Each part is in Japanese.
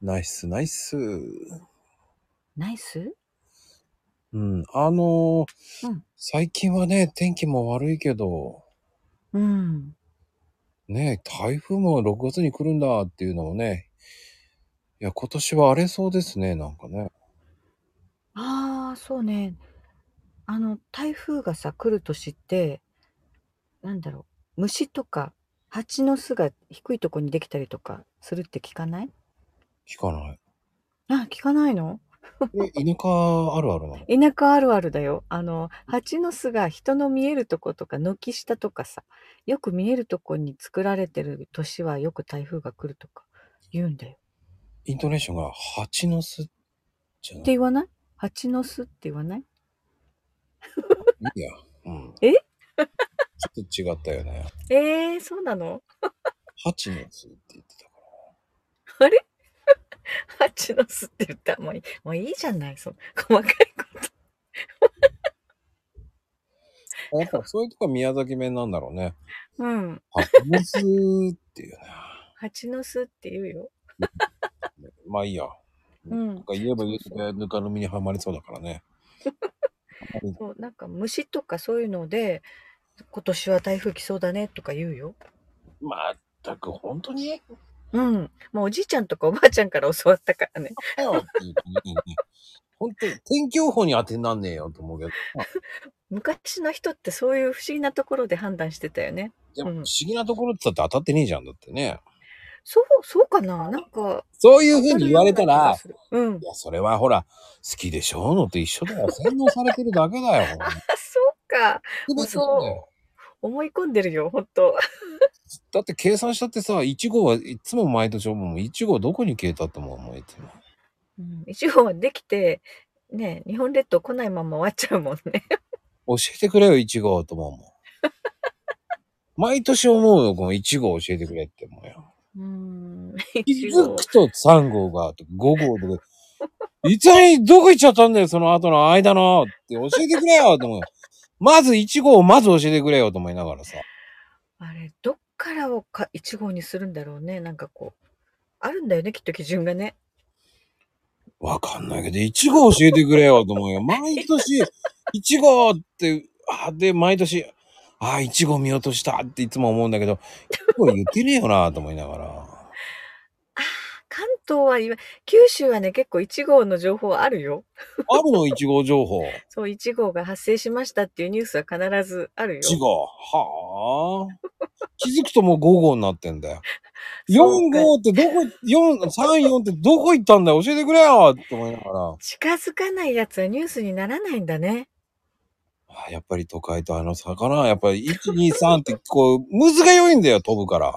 ナイス、ナイス。ナイスうん。あのーうん最近はね、天気も悪いけど、うん。ね、台風も6月に来るんだっていうのもね、いや、今年は荒れそうですね、なんかね。ああ、そうね。あの、台風がさ、来る年って、なんだろう、虫とか、蜂の巣が低いとこにできたりとかするって聞かない聞か ない。あ、聞かないのえ、田舎あるあるなの田舎あるあるだよ。あの、蜂の巣が人の見えるとことか、軒下とかさ、よく見えるとこに作られてる年はよく台風が来るとか言うんだよ。イントネーションが蜂の巣じゃっなてい。言わない蜂の巣って言わないいや。うん。えちょっと違ったよね。えー、そうなの蜂の巣って言ってたから。あれ 蜂の巣って言った。もういいもういいじゃない、その細かいこと。 やっぱそういうとこは宮崎弁なんだろうね。うん。蜂の巣っていうね。蜂の巣って言うよ。まあいいや。うんなんか言えば言うとねぬかるみにはまりそうだからね。そうなんか虫とかそういうので、今年は台風来そうだねとか言うよ。まったく本当にうん。もうおじいちゃんとかおばあちゃんから教わったからね。だよっていう感じでね本当に天気予報に当てになんねえよと思うけど。昔の人ってそういう不思議なところで判断してたよね。でもう不ん思議なところって言ったって当たってねえじゃんだってね。そう、そうかななんか。そういうふうに言われた当たるような気がら、する。うんい。や、それはほら、好きでしょうのと一緒だよ。洗脳されてるだけだよ。あ、そうか。全てそうだよ思い込んでるよ、本当だって計算したってさ、1号はいつも毎年思う。1号どこに消えたと思うもういつも。うん。一応はできて、ね、日本列島来ないまま終わっちゃうもんね。教えてくれよ、1号とも思うもん。毎年思うよ、この1号教えてくれって思うよ。 うん。気一づ応。くと3号が、5号とか、いつにどこ行っちゃったんだよ、その後の間のって教えてくれよと思うよ。まず1号をまず教えてくれよと思いながらさ。あれ、どっからをか一号にするんだろうね。なんかこう。あるんだよね、きっと基準がね。わかんないけど、1号教えてくれよと思うよ。毎年、1号って、あ、で、毎年、あ、1号見落としたっていつも思うんだけど、1号言ってねえよなと思いながら。関東は今、九州はね、結構一号の情報あるよ。あるの、1号情報。そう、1号が発生しましたっていうニュースは必ずあるよ。 1号。はあ。 気づくともう5号になってんだよ。 そう4か号ってどこ、4、3、4ってどこ行ったんだよ教えてくれよって思いながら。近づかないやつはニュースにならないんだね。あやっぱり都会とあの魚はやっぱり1、2、3ってこう、ムズが良いんだよ、飛ぶから。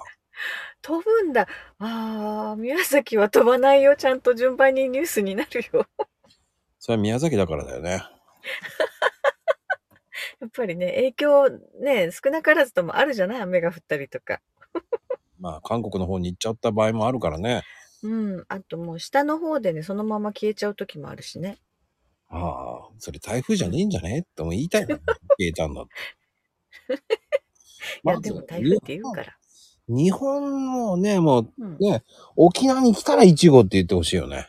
飛ぶんだ。ああ、宮崎は飛ばないよ。ちゃんと順番にニュースになるよ。それは宮崎だからだよね。やっぱりね、影響ね、少なからずともあるじゃない雨が降ったりとか。まあ、韓国の方に行っちゃった場合もあるからね。うん。あともう下の方でね、そのまま消えちゃう時もあるしね。ああ、それ台風じゃねえんじゃねっても言いたい の。消えたんだって。いや、でも台風って言うから。日本のね、もう、うん、ね、沖縄に来たら1号って言ってほしいよね。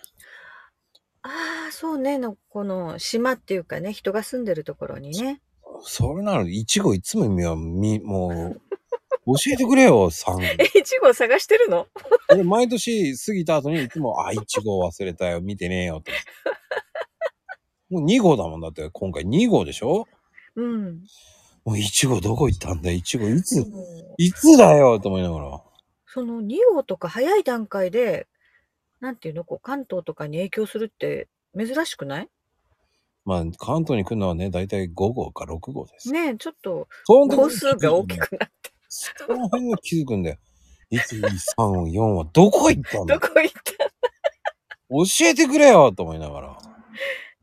ああ、そうね。のこの島っていうかね、人が住んでるところにね。それなのに、1号いつも見は、み、もう、 教えてくれよ、3号。え、1号探してるの俺、毎年過ぎた後にいつも、あ、1号忘れたよ、見てねえよ、と。もう2号だもんだって、今回2号でしょうん。もう1号どこ行ったんだよ、1号いつ、いつだよ、と思いながら。その2号とか早い段階で、なんていうの、こう関東とかに影響するって珍しくないまあ、関東に来るのはね、だいたい5号か6号です。ねえ、ちょっとその時に号数が大きくなって、その辺が気づくんだよ。1、2、3、4はどこ行ったんどだこ行った教えてくれよと思いながら。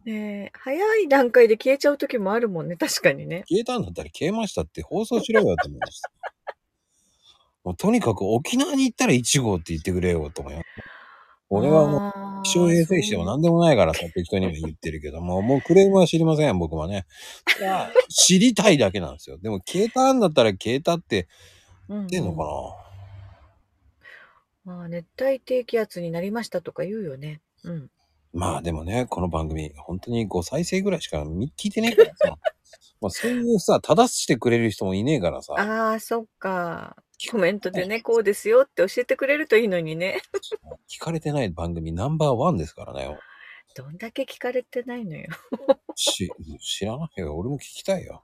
ねえ、早い段階で消えちゃう時もあるもんね、確かにね。消えたんだったら消えましたって放送しろよと思いました。もうとにかく沖縄に行ったら1号って言ってくれよと思います。俺はもうも気象衛生士でも何でもないからさ、適当には言ってるけども、もうクレームは知りません、僕はね。知りたいだけなんですよ。でも消えたんだったら消えたってな言ってんのかな、まあ、熱帯低気圧になりましたとか言うよね。うん。まあでもね、この番組、本当に5再生ぐらいしかみ聞いてねえからさ。まあそういうさ、正してくれる人もいねえからさ。ああ、そっか。コメントでね、こうですよって教えてくれるといいのにね。 聞かれてない番組ナンバーワンですからね。どんだけ聞かれてないのよ。 し知らないよ。俺も聞きたいよ。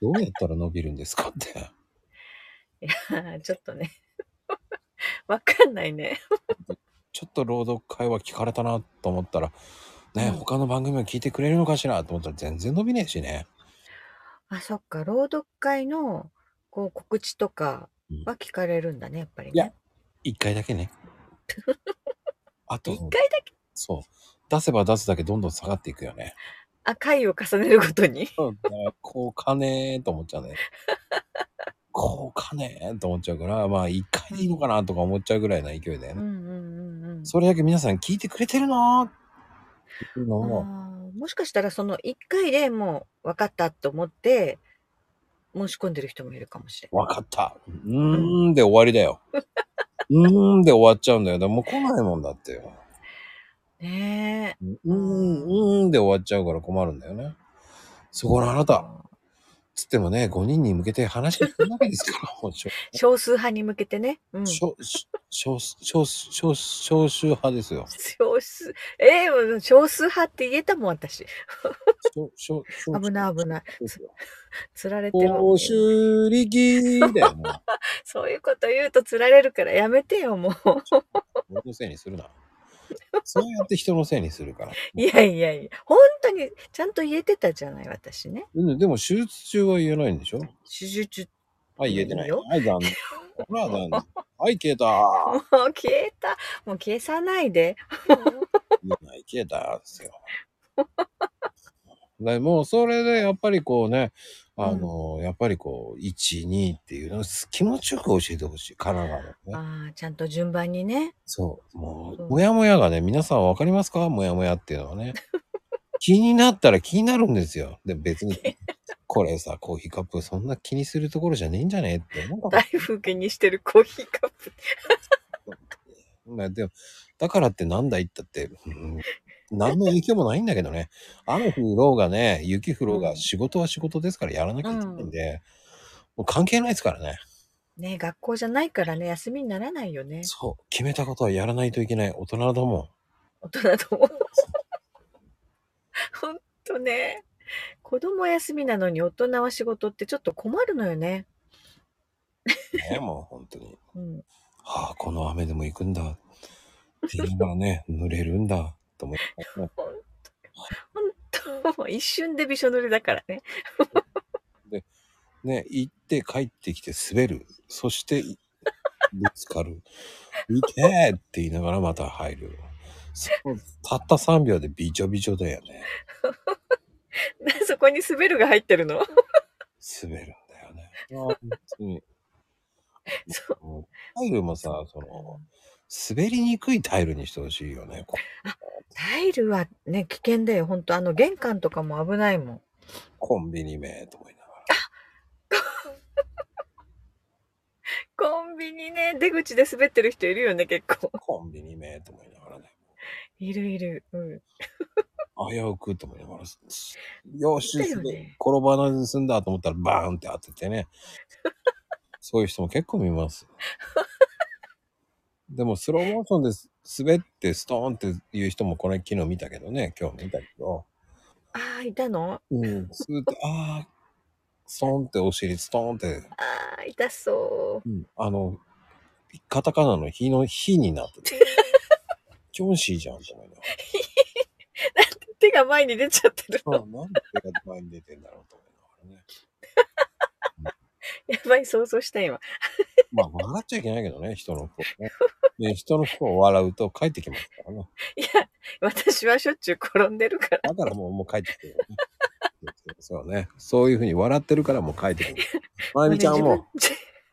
どうやったら伸びるんですかって。いや、ちょっとね。 わかんないね。ちょっと朗読会は聞かれたなと思ったら、ね、うん他の番組も聞いてくれるのかしらと思ったら全然伸びねえしね。あ、そっか。朗読会の、こう、告知とかは聞かれるんだね、やっぱりいやね。一回だけ ね。あと、一回だけ、そう。出せば出すだけどんどん下がっていくよね。あ、回を重ねるご とに。そうだからこうかねえと思っちゃ うね。こうかねえと思っちゃうから、まあ一回でいいのかなとか思っちゃうぐらいな勢いだよね。うんうんうんうん。それだけ皆さん聞いてくれてるのっていうのあを、ーもしかしたらその1回でもう分かったと思って申し込んでる人もいるかもしれない。わかった。うーんで終わりだよ。うーんで終わっちゃうんだよ。だからもう来ないもんだってよ。ねうーん、うーんで終わっちゃうから困るんだよね。そこのあなえ。た、つってもね、5人に向けて話してるわけです から、もうしょ少数派に向けてね。うん、少少少少少数派ですよ。少数、ええ少数派って言えたもん、私。少少少危ない危ない。そうですよつられてる。少数力だよ、もう。そういうこと言うとつられるからやめてよ、も う。俺のせいにするな。そうやって人のせいにするから。いやいやいや、本当にちゃんと言えてたじゃない、私ね。うんでも手術中は言えないんでしょ手術、はい、言えてない。いいよはい、残念。ほら、 残念。はい、消えた。もう消えた。もう消さないで。言えない、消えた。ですよ。でもうそれでやっぱりこうね、あの、やっぱりこう、1、2っていうのを気持ちよく教えてほしい。体のね。ああ、ちゃんと順番にね。そう。もうう、んもやもやがね、皆さんわかりますかもやもやっていうのは ね。気になったら気になるんですよ。で、別に、これさ、コーヒーカップそんな気にするところじゃねえんじゃねえって。なんか大風景にしてるコーヒーカップ。まあでも、だからってなんだいったって、うん何の影響もないんだけどね。雨降ろうがね、雪降ろううがん仕事は仕事ですからやらなきゃいけないんで、もう関係ないですからね。ね学校じゃないからね、休みにならないよね。そう。決めたことはやらないといけない大人だもん。大人とも。 ほんとね。子供休みなのに大人は仕事ってちょっと困るのよね。ね、 もう本当に。うん。はあ、この雨でも行くんだ。って言いながらね、濡れるんだ。と思って、ねほんと、もう一瞬でびしょ濡れだからね。 ね、行って帰ってきて滑る。そして、いぶつかる。 行けーって言いながらまた入る。そうたった3秒でびちょびちょだよね。そこに滑るが入ってるの。滑るんだよね。あ本当に。そう。もうタイルもさ、その、滑りにくいタイルにしてほしいよね。こタイルはね、危険だよ。ほんと、あの、玄関とかも危ないもん。コンビニ名と思いながら。コンビニね、出口で滑ってる人いるよね、結構。コンビニ名と思いながらね。いるいる。うん。危うくと思いながら、よし、だよ滑ね転ばないで済んだと思ったらバーンって当ててね。そういう人も結構見ます。でもスローモーションです滑ってストーンっていう人もこれ昨日見たけどね、今日見たけど、ああ、いたのうん、スーッと、あー、ストーンってお尻ストーンって、ああ、痛そう。うんあの、カタカナの火の火になってて、キョンシーじゃんと思いなが手が前に出ちゃってるら、の。あなんで手が前に出てんだろうと思いながらね。やばい、想像した今。まあ、笑っちゃいけないけどね、人の不幸ね。ね人の不幸を笑うと帰ってきますからね。いや、私はしょっちゅう転んでるから。だからもう、もう帰ってきてるよね。 そうね。そういうふうに笑ってるからもう帰ってくる。まゆみち ゃんも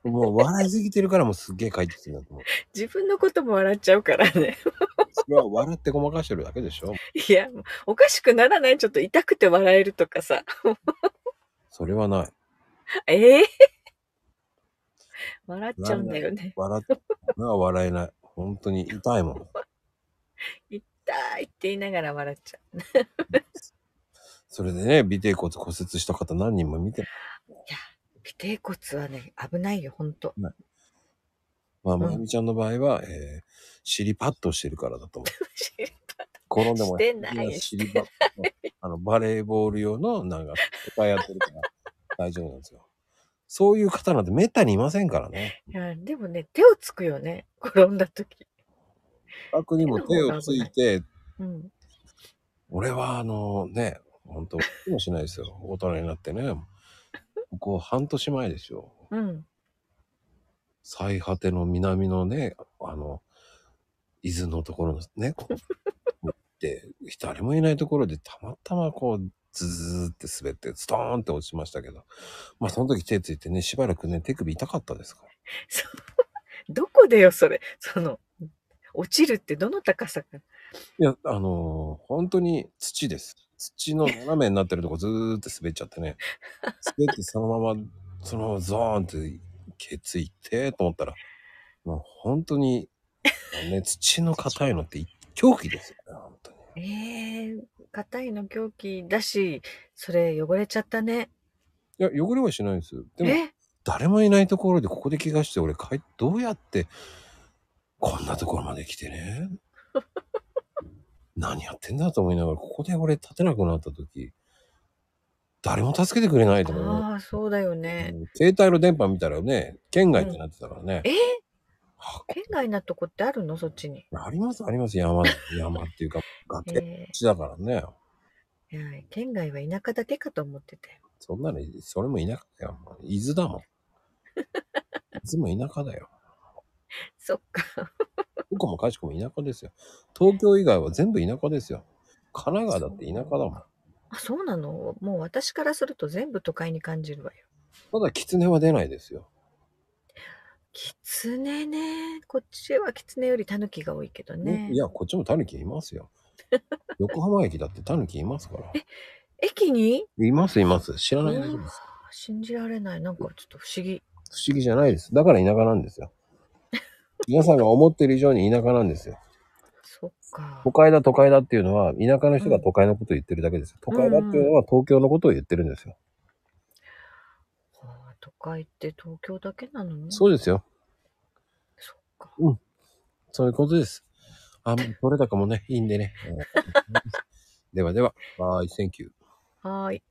うねも、もう笑いすぎてるからもうすっげえ帰ってきてるんだと思う。自分自分のことも笑っちゃうからね。 それは笑ってごまかしてるだけでしょ。いや、もうおかしくならない。ちょっと痛くて笑えるとかさ。それはない。ええ笑っちゃうんだよね。笑っ、俺は笑えない。本当に痛いもん。痛いって言いながら笑っちゃう。それでね、尾てい骨骨折した方何人も見て、尾底骨はね、危ないよ、ほんと。 まあ、んまゆみちゃんの場合は、えー、尻パッドをしてるからだと思う。転んでもしてない尻パッド。あの、バレーボール用の、なんか、とかやってる から、大丈夫なんですよ。そういう方なんてめったにいませんからね。いやでもね、手をつくよね、転んだ時。悪にも手をついて、うん。俺はあのね、本当かもしれないですよ。大人になってね。ここ半年前ですよ。うん。最果ての南のね、あの、伊豆のところのね、こう、で、誰もいないところでたまたまこう、ズズズって滑って、ストーンって落ちましたけど、まあその時手ついてね、しばらくね、手首痛かったですから。そのどこでよ、それ。その、落ちるってどの高さか。いや、あのー本当に土です。土の斜めになってるとこずーって滑っちゃってね、滑ってそのまま、そのままゾーンって毛ついて、と思ったら、まあ本当に、ね、土の硬いのって狂気ですよね、本当に。ええ硬いの狂気だし、それ汚れちゃったね。いや、汚れはしないんですよ。でも、え誰もいないところでここで怪我して、俺、帰っどうやって、こんなところまで来て ね。何やってんだと思いながら、ここで俺立てなくなった時、誰も助けてくれないとかね。ああ、そうだよね。うん携帯の電波見たらね、県外ってなってたからね。えーは県外なとこってあるのそっちに。あありますあります、山、山っていうか、崖っ えちだからね。えはい県外は田舎だけかと思ってたよ。そんなの、それも田舎だよ。伊豆だ もん。伊豆も田舎だよ。そっか。どこもかしこも田舎ですよ。東京以外は全部田舎ですよ。神奈川だって田舎だもん。あ、そうなのもう私からすると全部都会に感じるわよ。ただ、狐は出ないですよ。キツネね。こっちはキツネよりタヌキが多いけどねい。や、こっちもタヌキいますよ。横浜駅だってタヌキいますから。駅にいます、います。知らないです。不うん信じられない。なんかちょっと不思議。思議じゃないです。だから田舎なんですよ。皆さんが思ってる以上に田舎なんですよ。そっか都。会だ都会だっていうのは、田舎の人が都会のことを言ってるだけですよ。都会だっていうのは東京のことを言ってるんですよ。はあ都会って東京だけなのね。そうですよ。そっか。そういうことです。あ、もう 取れたかもね、いいんでね。ではでは、はい、センキュー。はーい。